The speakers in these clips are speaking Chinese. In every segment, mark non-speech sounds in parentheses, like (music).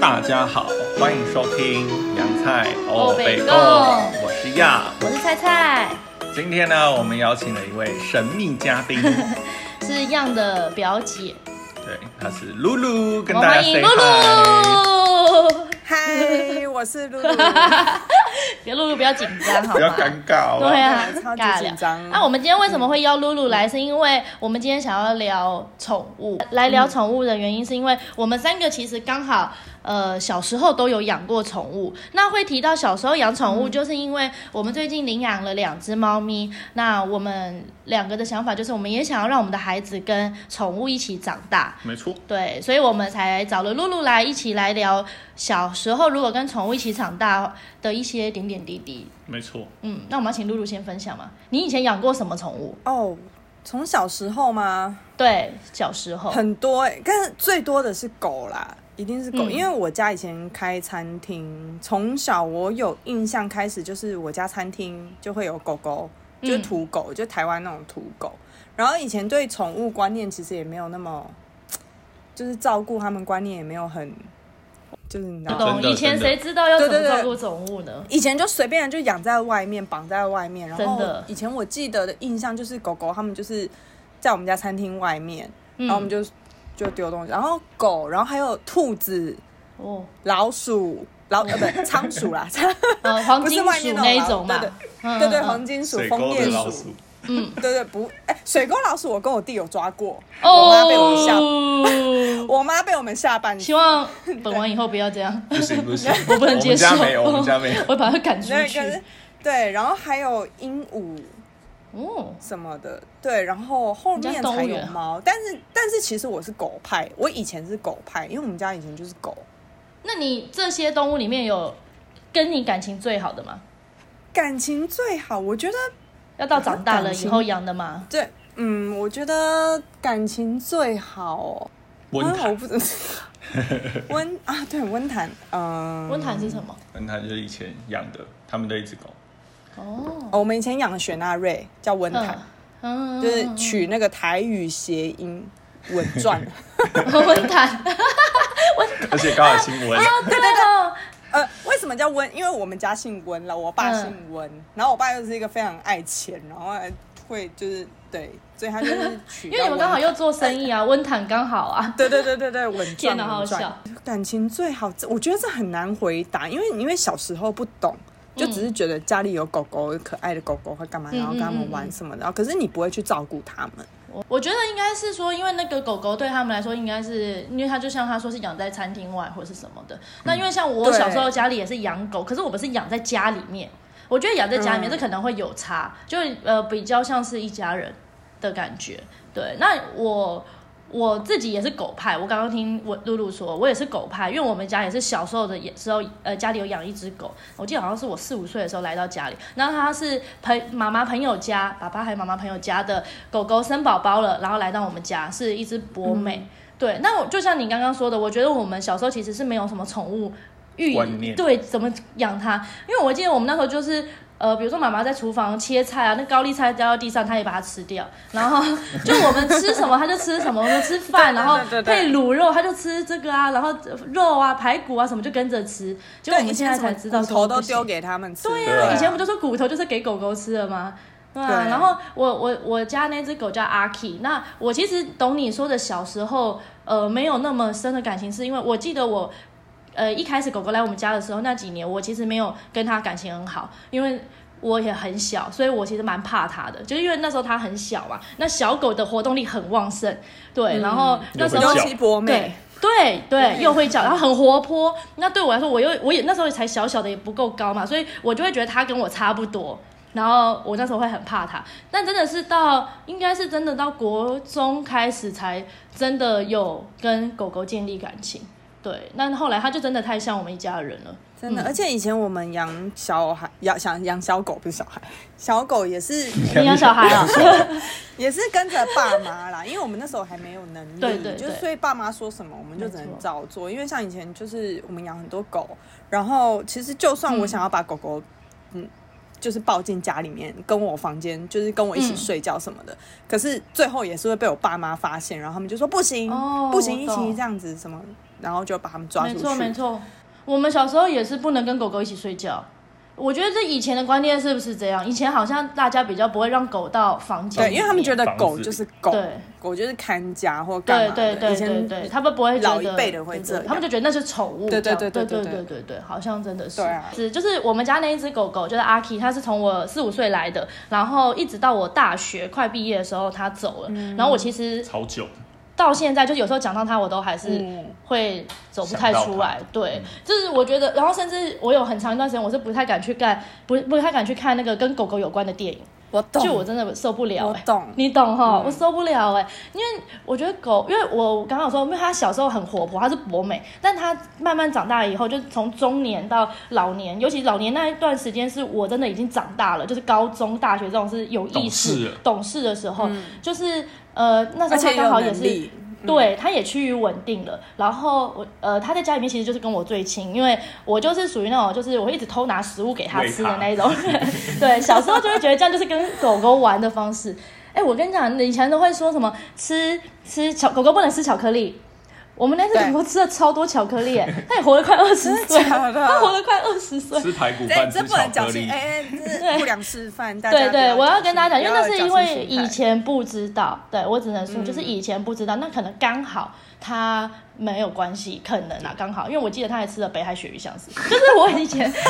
大家好，欢迎收听洋菜欧北北共共，我是亚。我是菜菜，今天呢，我们邀请了一位神秘嘉 (laughs) 宾，是样的表姐，对，他是露露，跟我们大家欢迎 say 露 hi。露。嗨，我是 (laughs) 露露，别露露不要紧张，好不要吗？尴尬对哦，啊，超级尬紧聊张那、我们今天为什么会邀露露来？是因为我们今天想要聊宠物。来聊宠物的原因，是因为我们三个其实刚好，呃，小时候都有养过宠物。那会提到小时候养宠物，嗯就是因为我们最近领养了两只猫咪。那我们两个的想法就是，我们也想要让我们的孩子跟宠物一起长大。没错，对，所以我们才找了露露来一起来聊小时候如果跟宠物一起长大的一些点点滴滴。没错，嗯，那我们要请露露先分享嘛。你以前养过什么宠物？哦。从小时候吗？对，小时候。很多哎、但是最多的是狗啦，一定是狗，嗯因为我家以前开餐厅，从小我有印象开始就是我家餐厅就会有狗狗，就是嗯土狗，就台湾那种土狗。然后以前对宠物观念其实也没有那么，就是照顾他们观念也没有很，就是你知道不吗真懂，的以前真的谁知道要怎么对对照对顾宠物呢？以前就随便就养在外面，绑在外面。然真后的以前我记得的印象就是狗狗它们就是在我们家餐厅外面，嗯，然后我们就就丢东西，然后狗，然后还有兔子、哦，老鼠、老嗯呃不仓 (laughs) 鼠啦，仓呃，黄不金是外鼠面那一种种嘛老，对嗯对对对，嗯黄金鼠、水枫沟叶的老鼠鼠，，嗯，对对不，哎，水沟老鼠我跟我弟有抓过，我妈被我们吓，哦，我妈被我们吓半希死。望本王以后不要这样，不行不行， (laughs) 我不能接受。，我们家没有，我们家没有我把它赶出那去。个对，然后还有鹦鹉，哦，什么的，对，然后后你家面动物才有园啊猫，但是但是其实我是狗派，我以前是狗派，因为我们家以前就是狗，那你这些动物里面有跟你感情最好的吗？感情最好，我觉得要到长大了感以情后养的吗？对，嗯，我觉得感情最好哦，温啊我潭，不知温啊，对，温潭，嗯，温毯是什么？温潭就是以前养的，他们的一只狗，哦，哦，我们以前养的雪纳瑞叫温嗯潭，嗯，就是取那个台语谐音稳赚， (laughs) 温毯，而且刚好姓 (laughs) 温，对哦，呃，为什么叫温？因为我们家姓温了，我嗯爸姓温，然后我爸又是一个非常爱钱，然后还会就是对，所以他就是 (laughs) 取因为你们到刚好温又做生意啊，温毯刚好啊。对对对对对，稳天赚哪，好好稳赚笑。。感情最好，这我觉得这很难回答，因为因为小时候不懂。就只嗯是觉得家里有狗狗，有可爱的狗狗会干嘛，然后跟他们玩什么的，然后可是你不会去照顾他们。我我觉得应该是说，因为那个狗狗对他们来说，应该是因为它就像他说是养在餐厅外或是什么的。那因为像我对小时候家里也是养狗，可是我们是养在家里面。我觉得养在家里面嗯这可能会有差，就呃比较像是一家人的感觉。对，那我我自己也是狗派，我刚刚听我露露说，我也是狗派，因为我们家也是小时候的也时候，呃，家里有养一只狗，我记得好像是我四五岁的时候来到家里，然后它是朋妈妈朋友家，爸爸还有妈妈朋友家的狗狗生宝宝了，然后来到我们家，是一只博美。嗯对，那我就像你刚刚说的，我觉得我们小时候其实是没有什么宠物育观念对怎么养它，因为我记得我们那时候就是。呃，比如说妈妈在厨房切菜啊，那高丽菜掉到地上，她也把它吃掉。然 (laughs) 后就我们吃什么，她就吃什么。我们吃饭，然后对对对对配卤肉，她就吃这个啊，然后肉啊、排骨啊什么就跟着吃。结果我以们现在前什么才知道骨说头都不行丢给他们吃。对对啊以前不就说骨头就是给狗狗吃的吗？对啊，对然后我我我家那只狗叫阿 K，那我其实懂你说的小时候，呃，没有那么深的感情，是因为我记得我，呃，一开始狗狗来我们家的时候那几年，我其实没有跟它感情很好，因为我也很小，所以我其实蛮怕它的，就是因为那时候它很小嘛，那小狗的活动力很旺盛，对，嗯然后那时有候会尤叫其博对美，对对，又会 (laughs) 叫，然后很活泼。那对我来说，我又我也那时候才小小的，也不够高嘛，所以我就会觉得他跟我差不多。然后我那时候会很怕他，但真的是到应该是真的到国中开始才真的有跟狗狗建立感情。对，但后来他就真的太像我们一家人了。真的。而且以前我们养小孩，养想养小狗不是小孩，小狗 (laughs) 也是你养小孩 (laughs) 啊？也是跟着爸妈啦，因为我们那时候还没有能力，对对就是对所以爸妈说什么我们就只没能错照做。因为像以前就是我们养很多狗，然后其实就算我想要把狗狗嗯就是抱进家里面，跟我房间，就是跟我一起嗯睡觉什么的。可是最后也是会被我爸妈发现，然后他们就说不行，哦不行，一我懂起这样子什么，然后就把他们抓没出错没去。错，我们小时候也是不能跟狗狗一起睡觉。我觉得这以前的观念是不是这样？以前好像大家比较不会让狗到房间里面，对，因为他们觉得房子狗就是狗对，狗就是看家或干对嘛对的。对以前对对，他们不会觉得老一辈的会对对这样他们就觉得那是宠物这对样。对对对对对对对对对，好像真的是。对啊是就是我们家那一只狗狗，就是阿 K，它是从我四五岁来的，然后一直到我大学快毕业的时候，它走了。嗯然后我其实好久，到现在，就有时候讲到它，我都还是。嗯，会走不太出来想到它，对，就是我觉得，然后甚至我有很长一段时间，我是不太敢去干，不不太敢去看那个跟狗狗有关的电影，我懂，就我真的受不了、我欸懂嗯你懂哈、我受不了哎、因为我觉得狗，因为我刚刚有说，因为它小时候很活泼，它是博美，但它慢慢长大以后，就是从中年到老年，尤其老年那一段时间，是我真的已经长大了，就是高中、大学这种是有懂意识、事了懂事的时候，就是呃那时嗯候它而且有刚好也能是力。嗯对，他也趋于稳定了。然后我呃，他在家里面其实就是跟我最亲，因为我就是属于那种就是我会一直偷拿食物给他吃的那一 (laughs) 种。对，小时候就会觉得这样就是跟狗狗玩的方式。哎，我跟你讲，以前都会说什么吃吃巧狗狗不能吃巧克力。我们那只对狗狗吃了超多巧克力耶，它也活了快二十岁了，真的假的它活了快二十岁，吃排骨这饭哎这吃不巧能克讲是力，哎，这是不良示范。大对家不对，我要跟大家讲，因为那不是要因讲为心态嗯以前不知道，对我只能说就是以前不知道，那可能刚好他没有关系，可能啊刚好，因为我记得他还吃了北海鳕鱼香丝， (laughs) 就是我以前跟他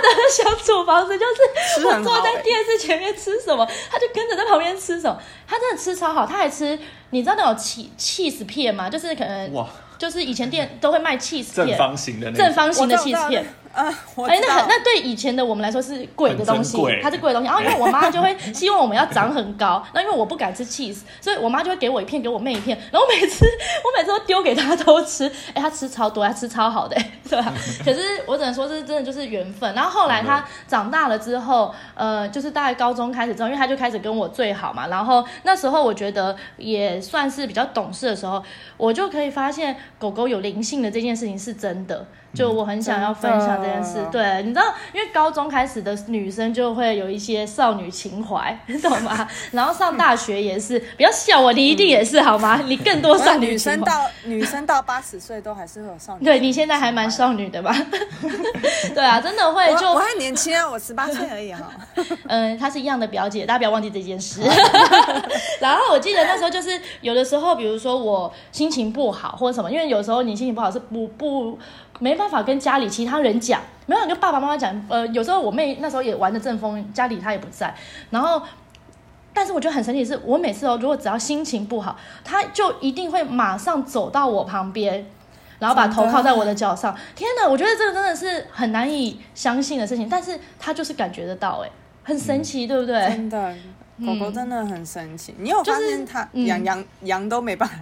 的相处方式就吃是我很坐好在欸电视前面吃什么，他就跟着在旁边吃什么，他真的吃超好，他还吃你知道那种 cheese cheese 片吗？就是可能哇，就是以前店都会卖 cheese 正片，方形的那正方形的哎我知 cheese 道片。啊，我哎、知那道很那对以前的我们来说是贵的东西很珍贵，它是贵的东西。然后因为我妈 (laughs) 就会希望我们要长很高，那因为我不敢吃 cheese，所以我妈就会给我一片，给我妹一片。然后每次 (laughs) 我每次都丢给她都吃，哎、她吃超多，她吃超好的、 (laughs) 哎对吧、可是我只能说，这真的就是缘分。然后后来她长大了之后，呃，就是大概高中开始之后，因为她就开始跟我最好嘛。然后那时候我觉得也算是比较懂事的时候，我就可以发现狗狗有灵性的这件事情是真的。就我很想要分享这件事，真的对，你知道，因为高中开始的女生就会有一些少女情怀， (laughs) 你懂吗？然后上大学也是，不要笑我，啊你一定也是好 (laughs) 吗？你更多我少哎女情生怀。到 (laughs) 女生到八十岁都还是会有少女情怀。对你现在还蛮少女的吧？ (laughs) 对啊，真的会我就我还年轻啊，我十八岁而已啊哈。 (laughs) 嗯，她是一样的表姐，大家不要忘记这件 (laughs) 事。然后我记得那时候就是有的时候，比如说我心情不好或者什么，因为有时候你心情不好是不不没办法跟家里其他人讲，没办法跟爸爸妈妈讲。呃，有时候我妹那时候也玩的正疯，家里她也不在，然后。但是我觉得很神奇的是，我每次哦，如果只要心情不好，她就一定会马上走到我旁边，然后把头真的靠在我的脚上。天哪，我觉得这个真的是很难以相信的事情，但是她就是感觉得到、哎，很神嗯奇，对不对？真的，狗狗真的很神奇。你有发现它嗯羊羊羊都没办法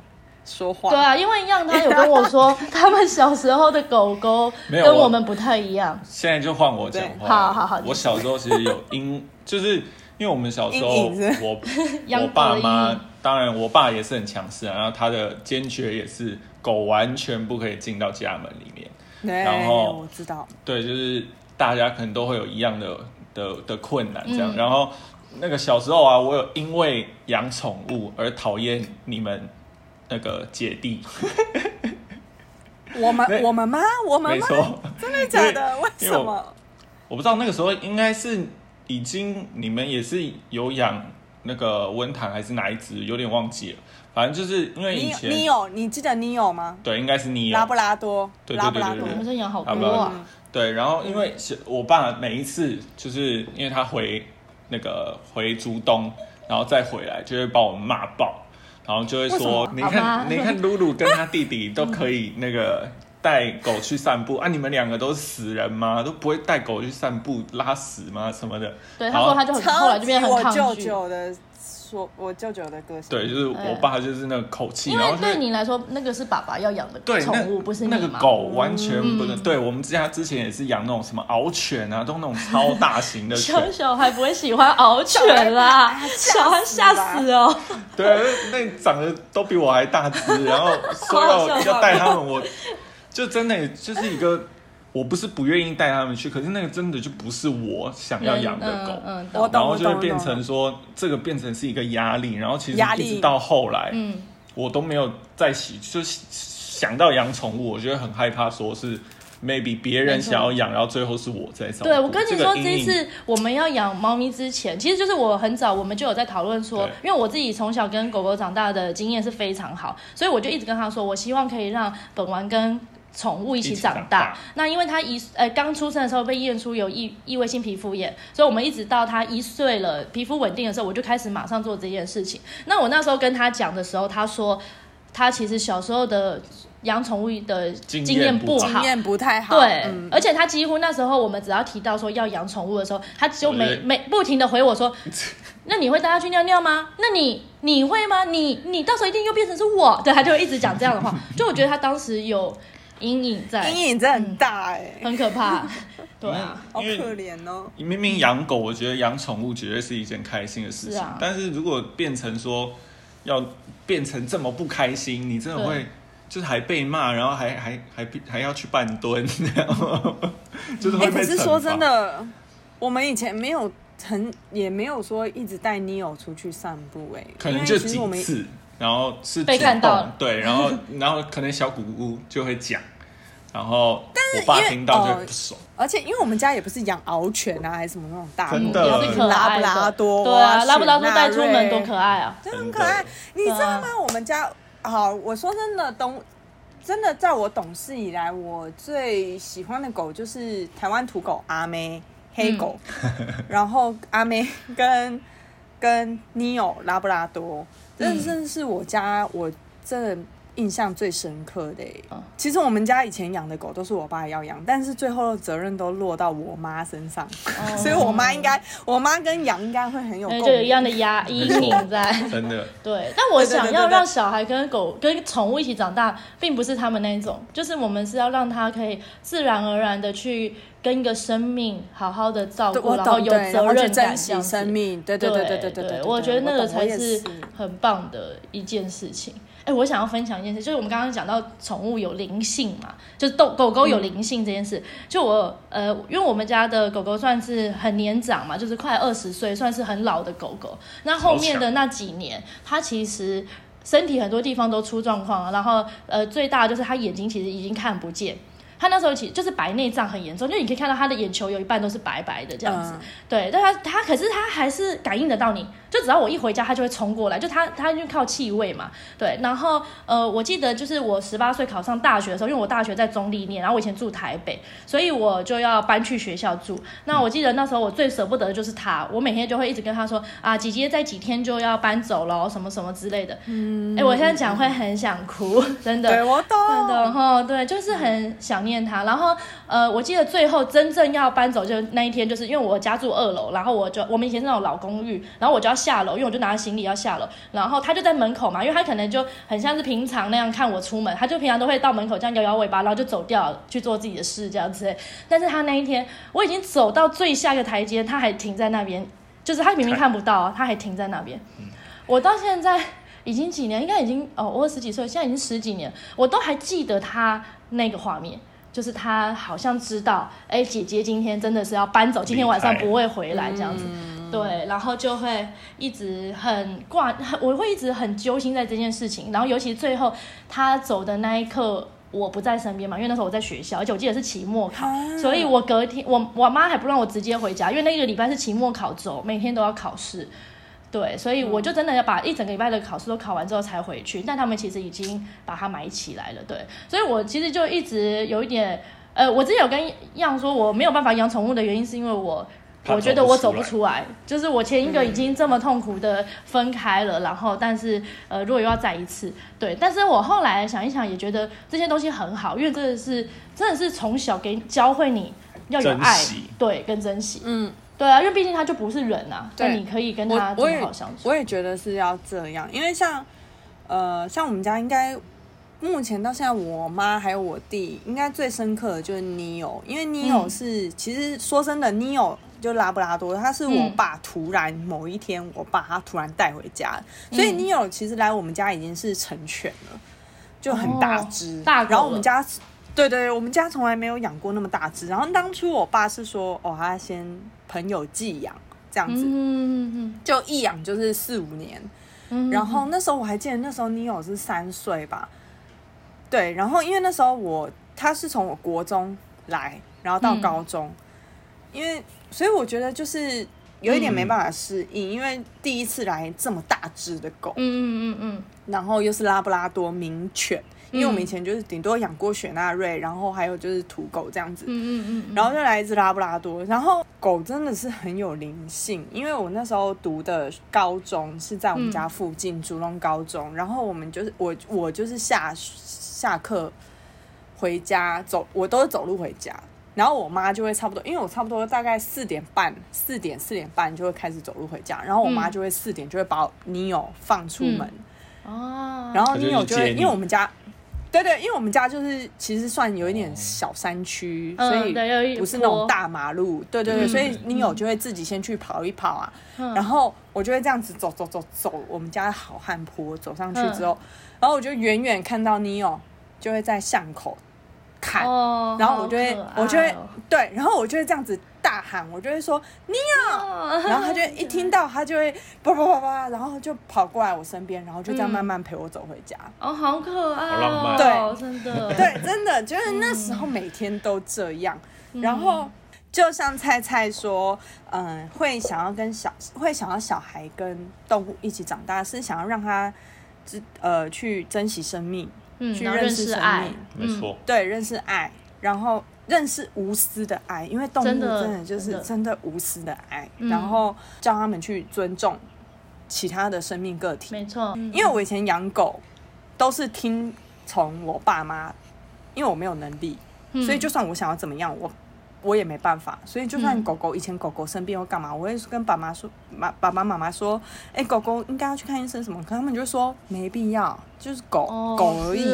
说话？对啊，因为让他有跟 (laughs) 我说，他们小时候的狗狗没有跟我我们不太一样。现在就换我讲话。对好好好我小时候其实有因， (laughs) 就是因为我们小时候，阴影是不 (laughs) 我养我狗爸的阴影妈，当然我爸也是很强势啊，然后他的坚决也是狗完全不可以进到家门里面。对，然后我知道，对，就是大家可能都会有一样的的的困难这样。嗯然后那个小时候啊，我有因为养宠物而讨厌你们那个姐弟，我们没我们吗？我们没吗？错。 (laughs) 真的假的？为因什为我么？我不知道那个时候应该是已经你们也是有养那个温塘还是哪一只，有点忘记了。反正就是因为以你前你有你记得你有吗？对，应该是你有拉布拉多，对对对拉布拉多对我，们真养好啊不多啊，对，然后因为是我爸每一次就是因为他回那个回竹东，然后再回来就会把我骂爆，然后就会为说什你好吧看你看露露跟他弟弟都可 (laughs) 以那个带狗去散步啊，你们两个都是死人吗？都不会带狗去散步拉屎吗？什么的？对，然他后说他就很后来就变得很我抗舅拒，舅的说，我舅舅的个性。对，就是我爸就是那个口气，因然为后就对你来说那个是爸爸要养的对宠物，那不是那你嗯个嘛？狗完全不能。对我们家之前也是养那种什么獒犬啊，都那种超大型的犬小，小孩不会喜欢獒 (laughs) 犬啦，小孩吓死哦！对，那那长得都比我还大只，然后说好好要笑要带他们，我就真的就是一个我不是不愿意带他们去，可是那个真的就不是我想要养的狗。嗯嗯我嗯懂然后就会变成说，这个变成是一个压力，然后其实压力一直到后来，嗯我都没有再喜，就是想到养宠物，我就会很害怕，说是 maybe 别人没错想要养，然后最后是我在照顾。对，我跟你说，这这个阴一影次我们要养猫咪之前，其实就是我很早我们就有在讨论说对，因为我自己从小跟狗狗长大的经验是非常好，所以我就一直跟他说，我希望可以让本丸跟宠物一起一起长长大大。那因为他一呃刚出生的时候被验出有异异位性皮肤炎，所以我们一直到他一岁了，皮肤稳定的时候，我就开始马上做这件事情。那我那时候跟他讲的时候，他说他其实小时候的养宠物的经经验验不不好好经，验不太好。对，嗯而且他几乎那时候我们只要提到说要养宠物的时候，他就我每觉得每不停的回我说：“那你会带他去尿尿 (laughs) 吗？那你你会吗？你你到时候一定又变成是我。”对，他就一直讲这样的 (laughs) 话，就我觉得他当时有阴影在，阴影真的很大哎，很可 (laughs) 怕。对啊，好嗯因为可怜哦。你明明养狗，我觉得养宠物绝对是一件开心的事情，是啊但是如果变成说要变成这么不开心，你真的会对就是还被骂，然后还还还还要去半蹲， (laughs) 就是哎、会被、可是说真，的，我们以前没有很，也没有说一直带 Neo 出去散步、哎，可因能为就其实几我们次，然后是被主看到动对，然 (laughs) 后然后可能小姑姑就会讲，然后我爸因为听到就哦会不爽。而且因因为我们家也不是养獒犬啊，还是什么那种大狗，真的嗯也是可拉爱布的。拉多，对啊，雪拉布拉多纳带出门瑞多可爱啊！真的嗯很可爱。你知道吗？我们家好，我说真的，懂真的，在我懂事以来，我最喜欢的狗就是台湾土狗阿妹黑狗，嗯 (laughs) 然后阿妹跟跟 Neo 拉布拉多，这嗯真的是我家我真的印象最深刻的欸、嗯其实我们家以前养的狗都是我爸要养，但是最后的责任都落到我妈身上，哦 (laughs) 所以我妈应该，我妈跟羊应该会很有那共就有鸣一。样的压阴影在。真的，对，但我对对想对要对让小孩跟狗、跟宠物一起长大，并不是他们那一种，就是我们是要让他可以自然而然的去跟一个生命好好的照对顾，我然后懂，有对，然责后去任感珍这样惜子生。命，对对对对对对对我觉得那个才是是很棒的一件事情。哎，我想要分享一件事，就是我们刚刚讲到宠物有灵性嘛，就是狗狗狗有灵性这件事。就我呃，因为我们家的狗狗算是很年长嘛，就是快二十岁，算是很老的狗狗。那后面的那几年，它其实身体很多地方都出状况了，然后呃，最大的就是他眼睛其实已经看不见。他那时候其实就是白内障很严重，就你可以看到他的眼球有一半都是白白的这样子。嗯对，但他他可是他还是感应得到你，就只要我一回家，他就会冲过来，就他他就靠气味嘛。对，然后呃，我记得就是我十八岁考上大学的时候，因为我大学在中立念，然后我以前住台北，所以我就要搬去学校住。那我记得那时候我最舍不得的就是他，我每天就会一直跟他说啊，姐姐在几天就要搬走了，什么什么之类的。嗯，哎、我现在讲会很想哭，真的。嗯对我对的，然懂，后哦对，就是很想念他。然后呃，我记得最后真正要搬走就那一天，就是因为我家住二楼，然后我就我们以前是那种老公寓，然后我就要下楼，因为我就拿着行李要下楼，然后他就在门口嘛，因为他可能就很像是平常那样看我出门，他就平常都会到门口这样摇摇尾巴，然后就走掉了去做自己的事这样子。但是他那一天，我已经走到最下一个台阶，他还停在那边，就是他明明看不到、啊，他还停在那边。嗯我到现在已经几年，应该已经哦，我二十几岁，现在已经十几年，我都还记得他那个画面，就是他好像知道，哎，姐姐今天真的是要搬走，今天晚上离开不会回来这样子。对，然后就会一直很挂，我会一直很揪心在这件事情。然后尤其最后他走的那一刻，我不在身边嘛，因为那时候我在学校，而且我记得是期末考，所以我隔天我我妈还不让我直接回家，因为那个礼拜是期末考周，每天都要考试。对，所以我就真的要把一整个礼拜的考试都考完之后才回去，但他们其实已经把它埋起来了，对，所以我其实就一直有一点，呃，我之前有跟样说我没有办法养宠物的原因是因为我怕我觉走得不我出走不来嗯出来，就是我前一个已经这么痛苦的分开了，然后但是呃，如果又要再一次，对，但是我后来想一想也觉得这些东西很好，因为真的是真的是从小给教会你要有珍爱惜，对，跟珍惜，嗯，对啊，因为毕竟他就不是人啊，对那你可以跟他我这我么也好相处，我也觉得是要这样，因为像呃像我们家应该目前到现在，我妈还有我弟，应该最深刻的就是 Neo，因为 Neo 嗯是、其实说真的，Neo 就拉布拉多，他是我嗯爸突然、某一天，我爸他突然带回家，所以嗯 Neo 其实来我们家已经是成犬了，就很大哦只、大狗然后我了们家对对，我们家从来没有养过那么大只。然后当初我爸是说，哦，他先朋友寄养这样子，嗯就一养就是四五年。嗯然后那时候我还记得，那时候你有是三岁吧？对，然后因为那时候我他是从我国中来，然后到嗯高中，因为所以我觉得就是有一点没嗯办法适应，因为第一次来这么大只的狗，嗯嗯嗯然后又是拉布拉多名犬，因为我们嗯以前就是顶多养过雪纳瑞，然后还有就是土狗这样子，嗯嗯嗯，然后就来一只拉布拉多，然后狗真的是很有灵性，因为我那时候读的高中是在我们嗯家附近竹龙高中，然后我们就是我我就是下下课回家走，我都是走路回家，然后我妈就会差不多，因为我差不多大概四点半、四点四点半就会开始走路回家，然后我妈嗯就会四点就会把尼友放出嗯门，哦，然后他就你去有就接会，你因为我们家，对对，因为我们家就是其实算有一哦点小山区，嗯所对有一以不是那坡种大马路，对对对，嗯所以你有就会自己先去跑一跑啊，然后我就会这样子走走走走，我们家的好汉坡走上去嗯之后，然后我就远远看到你有就会在巷口看，哦，然后我就会我就会对，然后我就会这样子大喊，我就会说你有。然后他就一听到，他就会叭叭叭叭，然后就跑过来我身边，然后就这样嗯慢慢陪我走回家。哦，好可爱，真的，对，真的就是那时嗯候每天都这样。然后就像菜菜说，嗯，会想要跟小会想要小孩跟动物一起长大，是想要让他知呃去珍惜生命，嗯，去然后认认识识生爱命，没错，对，认识爱，然后认识无私的爱，因为动物真真的的就是真的真的无私的爱，嗯然后叫他们去尊重其他的生命个体。没错，因因为我以前养狗都是听从我爸妈，因为我没有能力，嗯所以就算我想要怎么样，我我也没办法。所以就算嗯狗狗以前狗狗生病或干嘛，我会跟爸妈说，妈爸爸妈妈说，哎、狗狗应该要去看医生什么，可他们就会说没必要，就是狗、哦狗而已。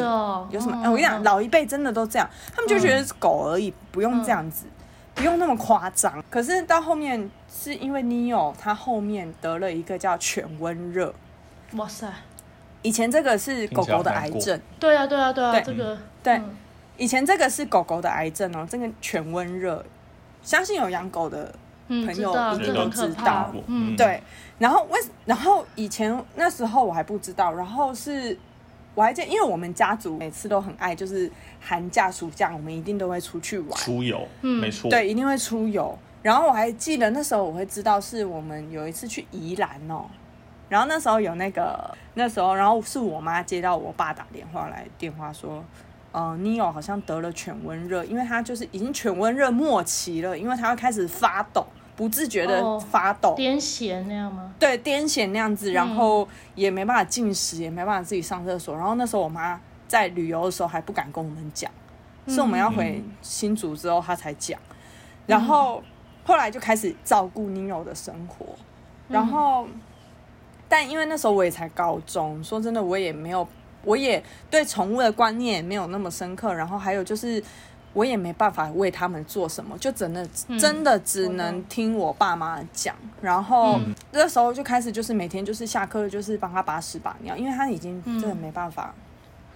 有什么？哎我跟你讲，老一辈真的都这样，他们就觉得是狗而已，不用这样子，不用那么夸张。可是到后面是因为 Neo 他后面得了一个叫犬瘟热，哇塞，以前这个是狗狗的癌听起来症，对啊对啊对啊，这个对，以前这个是狗狗的癌症哦，这个犬瘟热，相信有养狗的嗯，朋知友道一这定人很都都可知怕道，，嗯，对，然后为然后以前那时候我还不知道，然后是我还记得，因为我们家族每次都很爱，就是寒假暑假我们一定都会出去玩，出游，嗯没错，对，一定会出游。然后我还记得那时候我会知道是我们有一次去宜兰哦，然后那时候有那个那时候，然后是我妈接到我爸打电话来电话说，呃，Neo 好像得了犬瘟热，因为他就是已经犬瘟热末期了，因为他会开始发抖，不自觉哦的发抖。癫痫那样吗？对癫痫那样子，然后也没办法进食，也没办法自己上厕所。然后那时候我妈在旅游的时候还不敢跟我们讲，是我们要回新竹之后她才讲。然后后来就开始照顾 Nino 的生活，然后但因为那时候我也才高中，说真的我也没有，我也对宠物的观念也没有那么深刻。然后还有就是。我也没办法为他们做什么，就真的嗯真的只我能懂听我爸妈讲，然后嗯那时候就开始就是每天就是下课就是帮他把屎把尿，因为他已经真的没办法，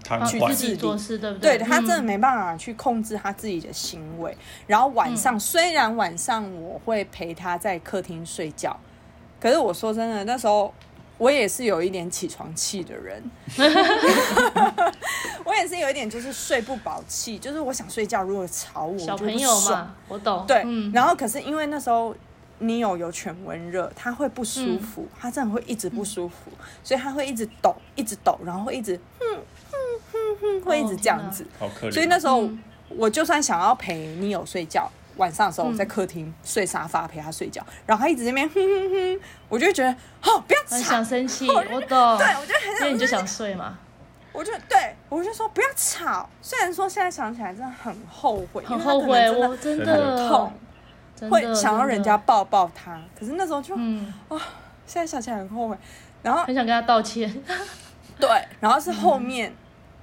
瘫啊，痪自，己做事对不对对他真的没办法去控制他自己的行为。然后晚嗯上、虽然晚上我会陪他在客厅睡觉，可是我说真的，那时候我也是有一点起床气的人， (laughs) 我也是有一点就是睡不饱气，就是我想睡觉，如果吵我，小我就朋不友爽嘛，我懂，对，嗯然后可是因为那时候你有有犬瘟热，他会不嗯舒服，他真的会一直不舒服，所以他会一直抖，一直抖，然后会一直哼哼哼哼，会一直这样子。好可怜，啊所以那时候、哦嗯我就算想要陪你有睡觉，晚上的时候嗯我在客厅睡沙发陪他睡觉，然后他一直在那边哼哼哼，我就会觉得哦不要很吵，想生气，我懂，对我就很因为想你就想睡嘛，我就对我就说不要吵。虽然说现在想起来真的很后悔，很因为他后可能悔，真的我真很的痛，真的会想要人家，抱抱他，可是那时候就、真的嗯，现在想起来很后悔。然后很想跟他道歉，对，然后是后面、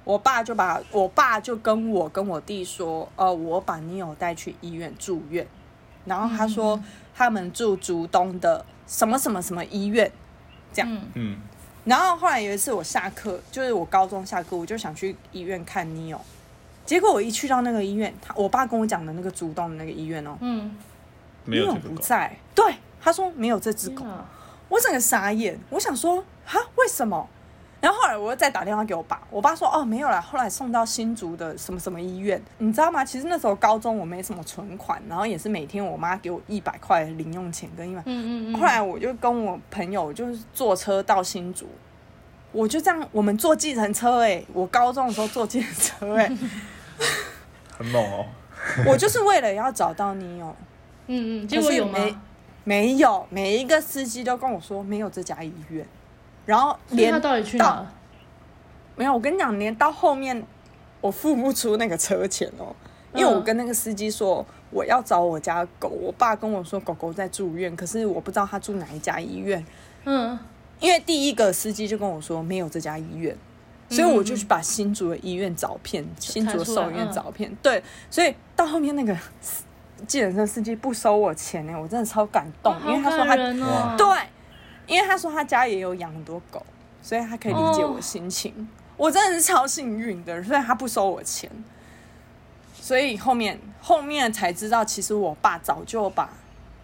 我爸就把我爸就跟我跟我弟说，呃，我把你有带去医院住院，然后他说、他们住竹东的什么什么什么医院。嗯嗯，然后后来有一次我下课，就是我高中下课，我就想去医院看 Neo，结果我一去到那个医院，他我爸跟我讲的那个竹东的那个医院哦，嗯，没有因这为个我不狗，在，对，他说没有这只狗天，啊我整个傻眼，我想说哈为什么？然后后来我又再打电话给我爸，我爸说哦没有啦，后来送到新竹的什么什么医院，你知道吗？其实那时候高中我没什么存款，然后也是每天我妈给我一百块零用钱跟一百，嗯嗯嗯，后来我就跟我朋友就是坐车到新竹，我就这样我们坐计程车哎、我高中的时候坐计程车哎、 (laughs) 很猛哦。我就是为了要找到你有，嗯嗯，结果有吗可？是没没有，每一个司机都跟我说没有这家医院，然后所以连他到底去哪到了？没有，我跟你讲，连到后面我付不出那个车钱哦，因为我嗯跟那个司机说我要找我家狗，我爸跟我说狗狗在住院，可是我不知道他住哪一家医院，嗯，因为第一个司机就跟我说没有这家医院，嗯所以我就去把新竹的医院找遍，新竹的兽医嗯院找遍。对，所以到后面那个司计程车司机不收我钱呢、我真的超感动，哇因为他说哦好他感人哦，对，因为他说他家也有养很多狗，所以他可以理解我的心情。我真的是超幸运的，所以他不收我钱。所以后面后面才知道，其实我爸早就把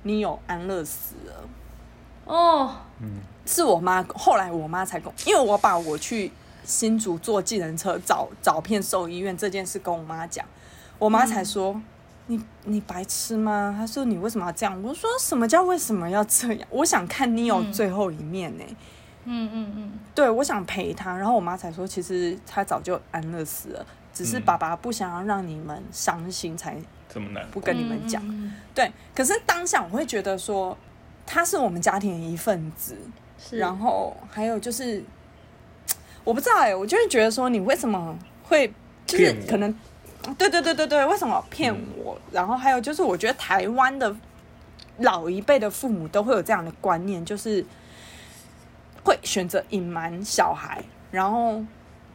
你有安乐死了。哦，是我妈，后来我妈才跟我，因为我把我去新竹坐计程车找找遍兽医院这件事跟我妈讲，我妈才说。你你白痴吗？她说你为什么要这样？我说什么叫为什么要这样？我想看你有嗯最后一面呢、嗯嗯嗯，对，我想陪她。然后我妈才说，其实她早就安乐死了，只是嗯爸爸不想要让你们伤心，才这么难不跟你们讲。嗯嗯嗯对，可是当下我会觉得说，她是我们家庭的一份子，是，然后还有就是，我不知道哎、我就会觉得说你为什么会就是骗我嗯可能，对对对对对，为什么骗我？然后还有就是，我觉得台湾的老一辈的父母都会有这样的观念，就是会选择隐瞒小孩，然后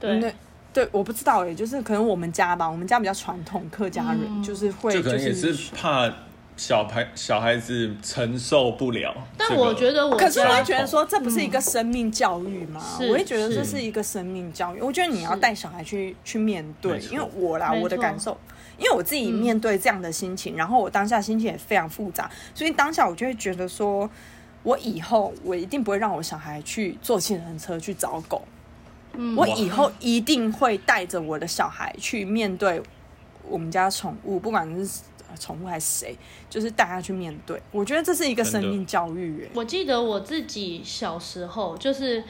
那对，对，我不知道哎、就是可能我们家吧，我们家比较传统，客家人、嗯就是会就可就能也是是怕小孩小孩子承受不了这个。但我觉得我可是我家会觉得说，这不是一个生命教育吗？嗯我会觉得是这是是一个生命教育。我觉得你要是带小孩去去面对没，错因为我啦，没错我的感受，因为我自己嗯面对这样的心情，然后我当下心情也非常复杂，所以当下我就会觉得说，我以后我一定不会让我小孩去坐计程车去找狗，嗯我以后一定会带着我的小孩去面对我们家宠物，不管是宠物还是谁，就是带他去面对。我觉得这是一个真的生命教育、欸，我记得我自己小时候就是，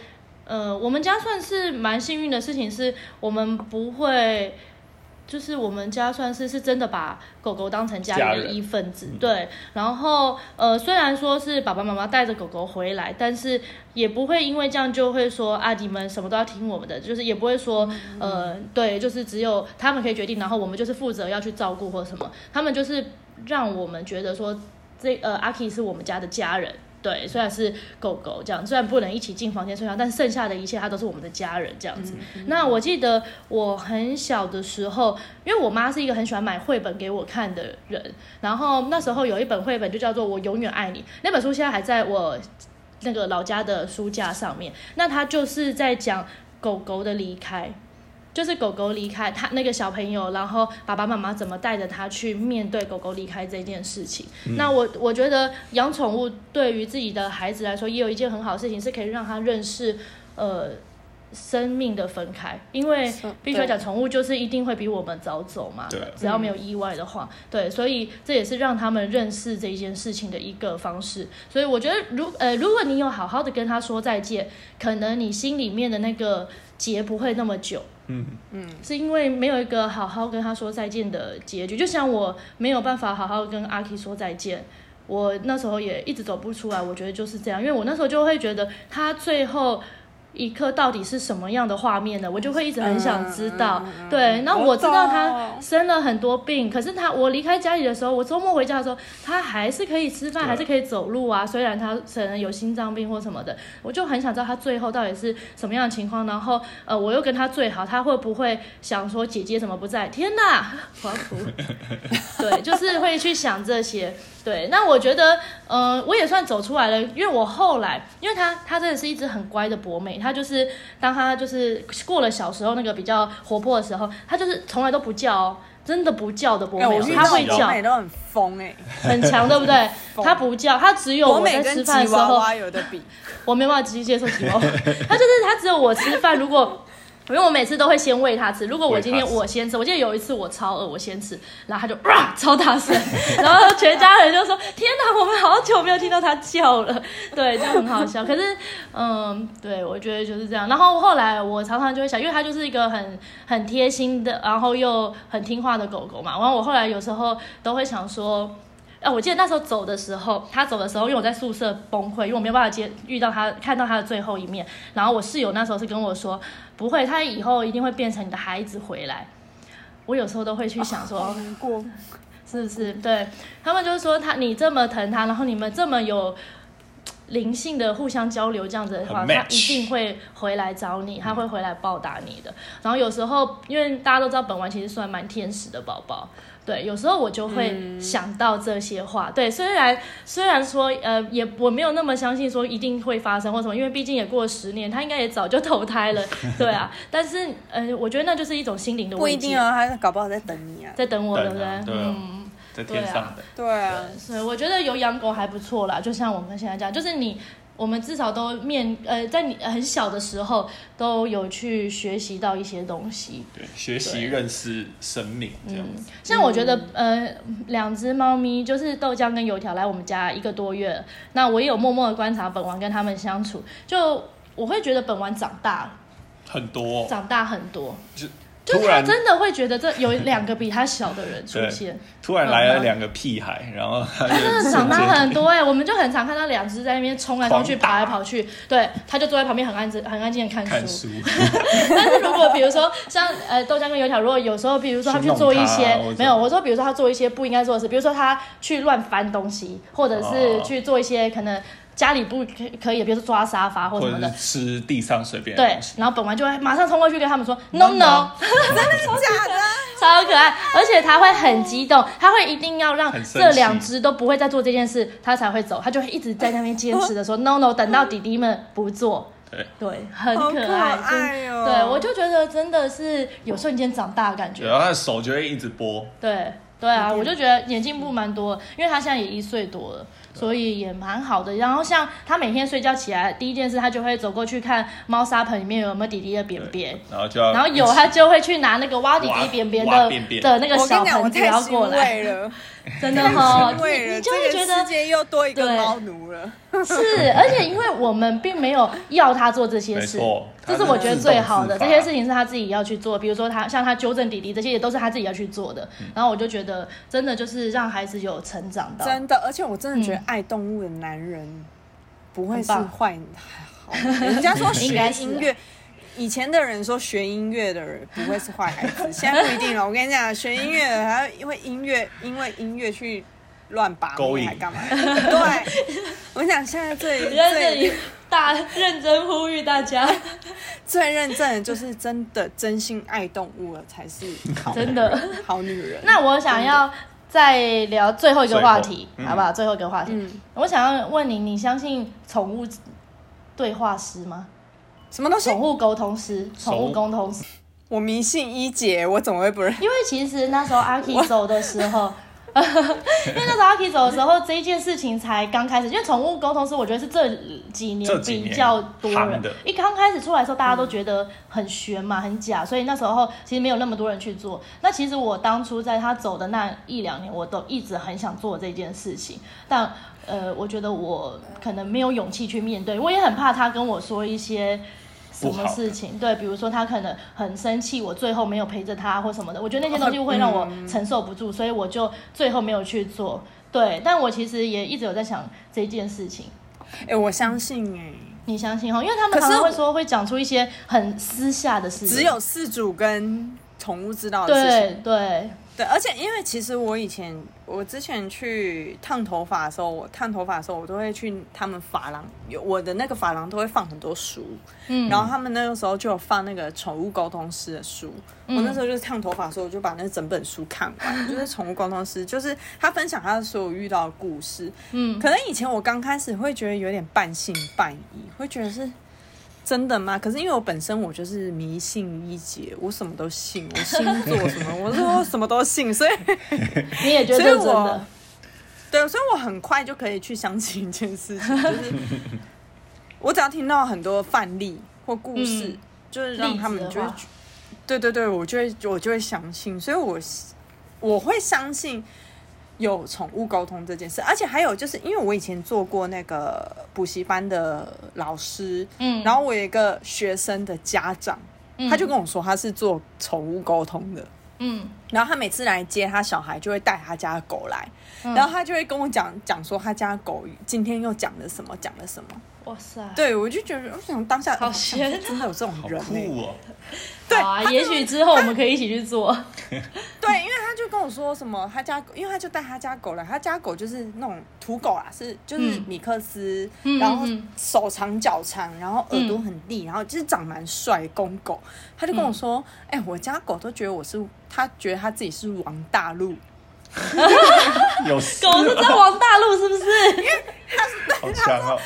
呃，我们家算是蛮幸运的事情，是我们不会，就是我们家算是是真的把狗狗当成家家里的人一份子，对。然后呃，虽然说是爸爸妈妈带着狗狗回来，但是也不会因为这样就会说啊，你们什么都要听我们的，就是也不会说嗯呃，对，就是只有他们可以决定，然后我们就是负责要去照顾或什么，他们就是让我们觉得说这呃阿 K 是我们家的家人。对，虽然是狗狗这样，虽然不能一起进房间睡觉，但剩下的一切它都是我们的家人这样子。那我记得我很小的时候，因为我妈是一个很喜欢买绘本给我看的人，然后那时候有一本绘本就叫做《我永远爱你》，那本书现在还在我那个老家的书架上面。那它就是在讲狗狗的离开，就是狗狗离开他那个小朋友，然后爸爸妈妈怎么带着他去面对狗狗离开这件事情。那我我觉得养宠物对于自己的孩子来说，也有一件很好的事情，是可以让他认识呃生命的分开，因为是必须要对讲宠物就是一定会比我们早走嘛对，只要没有意外的话，对，所以这也是让他们认识这一件事情的一个方式。所以我觉得如呃，如果你有好好的跟他说再见，可能你心里面的那个结不会那么久。嗯，是因为没有一个好好跟他说再见的结局，就像我没有办法好好跟阿 K 说再见，我那时候也一直走不出来。我觉得就是这样，因为我那时候就会觉得他最后一刻到底是什么样的画面呢？我就会一直很想知道。对，那我知道他懂生了很多病，可是他我离开家里的时候，我周末回家的时候，他还是可以吃饭，对还是可以走路啊。虽然他可能有心脏病或什么的，我就很想知道他最后到底是什么样的情况。然后呃，我又跟他最好，他会不会想说姐姐怎么不在？天哪，我要哭。对，就是会去想这些。对，那我觉得，呃，我也算走出来了，因为我后来，因为它它真的是一只很乖的博美，它就是当它就是过了小时候那个比较活泼的时候，它就是从来都不叫哦，真的不叫的博美哎，哦我，遇它到会博叫，美都很疯哎，很强，对不对？它不叫，它只有博哦我美在跟吃饭吉的时娃候，娃有的 (laughs) 比，我没办法直接接受吉娃娃， (laughs) 他就是他只有我吃饭，如果。 (laughs) 因为我每次都会先喂它吃，如果我今天喂它吃我先吃，我记得有一次我超饿，我先吃，然后它就 (laughs) 哇、超大声，然后全家人就说：“天哪，我们好久没有听到它叫了。” (laughs) 对，就很好笑。可是，嗯，对，我觉得就是这样。然后后来我常常就会想，因为它就是一个很很贴心的，然后又很听话的狗狗嘛。然后我后来有时候都会想说，哎、我记得那时候走的时候，他走的时候，因为我在宿舍崩溃，因为我没有办法接遇到他，看到他的最后一面。然后我室友那时候是跟我说，不会，他以后一定会变成你的孩子回来。我有时候都会去想说，难过，是不是？对他们就是说他你这么疼他，然后你们这么有嗯灵性的互相交流，这样子的话，很他 match 一定会回来找你，他会回来报答你的。然后有时候，因为大家都知道本丸其实算蛮天使的宝宝。对，有时候我就嗯会想到这些话。对，虽然虽然说，呃，也我没有那么相信说一定会发生或什么，因为毕竟也过了十年，他应该也早就投胎了，对啊。但是，呃，我觉得那就是一种心灵的不慰一藉定，啊，他搞不好在等你啊。在等我，对不等啊对？对啊嗯。在天上的，对啊，所以我觉得有养狗还不错啦，就像我们现在这样，就是你。我们至少都面呃，在你很小的时候都有去学习到一些东西。对，学习对嗯认识生命这样子。像我觉得、嗯呃，两只猫咪就是豆浆跟油条来我们家一个多月了，那我也有默默的观察本丸跟他们相处，就我会觉得本丸长大了，很多、哦长大很多，就就突他然真的会觉得这有两个比他小的人出对现。突然来嗯了两个屁孩，然后他就真的瞬长大间很多哎、我们就很常看到两只在那边冲来冲去、狂跑打来跑去，对，它就坐在旁边很安静、很安静的看书。看 (laughs) 书，但是如果比如说像呃豆浆跟油条，如果有时候比如说他去做一些去弄它或者没有， (laughs) 我说比如说他做一些不应该做的事，比如说他去乱翻东西，或者是哦去做一些可能家里不可可以的，比如说抓沙发或 (laughs) 什或么者的是。吃地上随便的对东西，然后本丸就会马上冲过去跟他们说 no no no， (laughs) 假的啊，超可爱，而且它会很激动，它会一定要让很生气这两只都不会再做这件事，它才会走，它就会一直在那边坚持的说 no no，等到弟弟们不做，对，对，很好可可爱，爱哦真对我就觉得真的是有瞬间长大的感然觉，后啊他的手就会一直拨，对对啊，我就觉得也进步蛮多，因为它现在也一岁多了。所以也蛮好的，然后像它每天睡觉起来，第一件事它就会走过去看猫砂盆里面有没有弟弟的便便，然后就要然后有他就会去拿那个挖弟挖弟便便嗯挖的便便的那个我跟小你讲，我盆子太要欣过来，慰了，真的哈、欣哦你慰了，你就会这觉个得世界又多一个对猫奴了。是，而且因为我们并没有要他做这些没事错，这他是是我觉得自最动好自的，这发些事情是他自己要去做，比如说他像他纠正弟弟这些也都是他自己要去做的，嗯然后我就觉得真的就是让孩子有成长到，真的，而且我真的觉得嗯爱动物的男人不会很是棒坏好人。人家说 (laughs) 应该是学啊音乐，以前的人说学音乐的人不会是坏 (laughs) 孩子，现在不一定了。我跟你讲，学音乐的还因为音乐，因为音乐去乱拔勾妹引还干嘛？对，我跟你讲，现 (laughs) 在最我在这最里大认真呼吁大家，最认真的就是真的真心爱动物了，才 (laughs) 是好真的。好女人。那我想要再聊最后一个话题，嗯最后嗯好不好？最后一个话题，嗯我想要问你，你相信宠物对话师吗？什么东西宠？物沟通师、宠物宠物沟通师？我迷信一姐，我怎么会不认？因为其实那时候阿 K 走的时候。 (laughs) 因为那时候阿 K 走的时候，这一件事情才刚开始。因为宠物沟通师，我觉得是这几这年几年比较多夯人的。一刚开始出来的时候，大家都觉得很悬嘛，很假，所以那时候其实没有那么多人去做。那其实我当初在他走的那一两年，我都一直很想做这件事情，但呃，我觉得我可能没有勇气去面对，我也很怕他跟我说一些。什不么好的事情？对，比如说他可能很生气，我最后没有陪着他或什么的，我觉得那些东西会让我承受不住，所以我就最后没有去做。对，但我其实也一直有在想这件事情。哎、我相信哎、你相信哦，因为他们可是常常会我说会讲出一些很私下的事情，只有饲主跟宠物知道的事对情。对对，对，而且因为其实我以前我之前去烫头发的时候，我烫头发的时候，我都会去他们发廊，有我的那个发廊都会放很多书，嗯然后他们那个时候就有放那个宠物沟通师的书。嗯我那时候就是烫头发的时候，我就把那整本书看 (laughs) 完，就是宠物沟通师，就是他分享他的所有遇到的故事。嗯可能以前我刚开始会觉得有点半信半疑，会觉得是真的吗？可是因为我本身我就是迷信一姐，我什么都 (laughs) 信，我星座什么，我说我什么都信，所以你也觉得所以这是真我的，对，所以我很快就可以去相信一件事情， (laughs) 就是我只要听到很多范例或故事，嗯就是让他们例子就的会话觉，对对对，我就会我就会相信，所以我我会相信有宠物沟通这件事，而且还有就是因为我以前做过那个补习班的老师，嗯然后我有一个学生的家长，他就跟我说他是做宠物沟通的，嗯然后他每次来接他小孩，就会带他家的狗来，然后他就会跟我讲讲说他家的狗今天又讲了什么，讲了什么。哇塞，对我就觉得，我想当下好我想说闲 (laughs) 真的有这种好人、欸、 (laughs) 酷哦！对好啊，也许之后我们可以一起去 (laughs) 做，对，因为他就跟我说什么他家狗，因为他就带他家狗来，他家狗就是那种土狗啦，是就是嗯米克斯，嗯然后嗯嗯手长脚长，然后耳朵很立，然后就是长蛮帅的公狗。他就跟我说，哎、嗯我家狗都觉得我是，他觉得他自己是王大陆。有狗是在王大陆是不是？好强哦！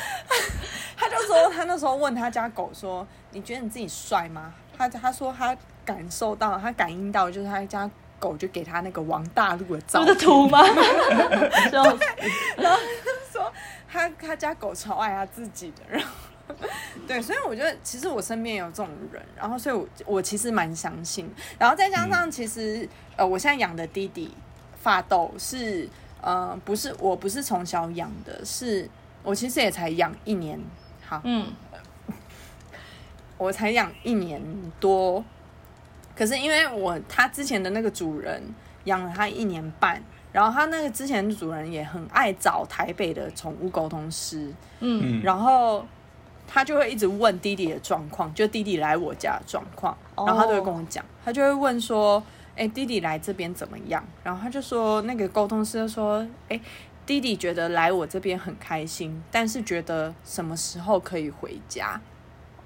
他就说他那时候问他家狗说：“你觉得你自己帅吗？”他他说他感受到，他感应到，就是他家狗就给他那个王大陆的照我的片，图 (laughs) 吗？笑死然后他就说他他家狗超爱他自己的，然后 (laughs) 对，所以我觉得其实我身边也有这种人，然后所以我我其实蛮相信，然后再加上其实、呃我现在养的弟弟发豆是呃不是我不是从小养的，是我其实也才养一年，好嗯我才养一年多，可是因为我他之前的那个主人养了他一年半，然后他那个之前的主人也很爱找台北的宠物沟通师，嗯嗯，然后他就会一直问弟弟的状况，就弟弟来我家的状况，哦然后他都会跟我讲，他就会问说，哎、弟弟来这边怎么样？然后他就说，那个沟通师就说，哎、弟弟觉得来我这边很开心，但是觉得什么时候可以回家？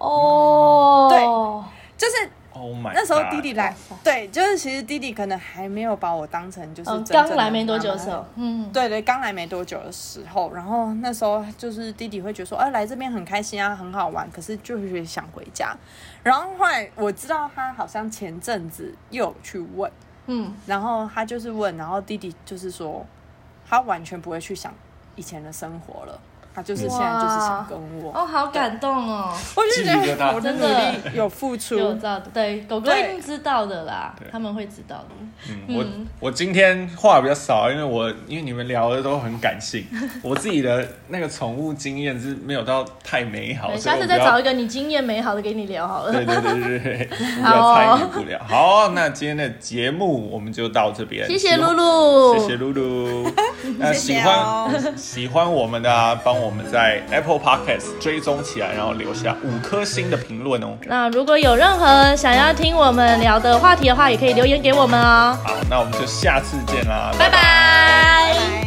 哦，就是，Oh my，那时候弟弟 God 来，对，就是其实弟弟可能还没有把我当成就是嗯，真正刚的来没多久妈的妈时候，嗯，对对，刚来没多久的时候，然后那时候就是弟弟会觉得说，哎、来这边很开心啊，很好玩，可是就是觉得想回家。然后后来我知道他好像前阵子又有去问，嗯，然后他就是问，然后弟弟就是说，他完全不会去想以前的生活了，他就是现在就是想跟我，哦，好感动哦，我就觉鸡皮疙瘩得我的真努的力有付出，有照对，狗狗一对定知道的啦对，他们会知道的，嗯我嗯我今天话比较少，因为我因为你们聊的都很感 (laughs) 性，我自己的那个宠物经验是没有到太美好，对，所以下我次比较再找一个你经验美好的给你聊好 (laughs) 了对，对对对 (laughs) 对，比好较哦参与不了。好，那今天的节目我们就到这边，谢谢露喜露，欢，谢谢露 (laughs) 露。那喜哦谢欢、哦喜欢我们的、啊，帮我们在 Apple Podcast 追踪起来，然后留下五颗星的评论哦。那如果有任何想要听我们聊的话题的话，也可以留言给我们哦。好，那我们就下次见啦，拜拜。拜拜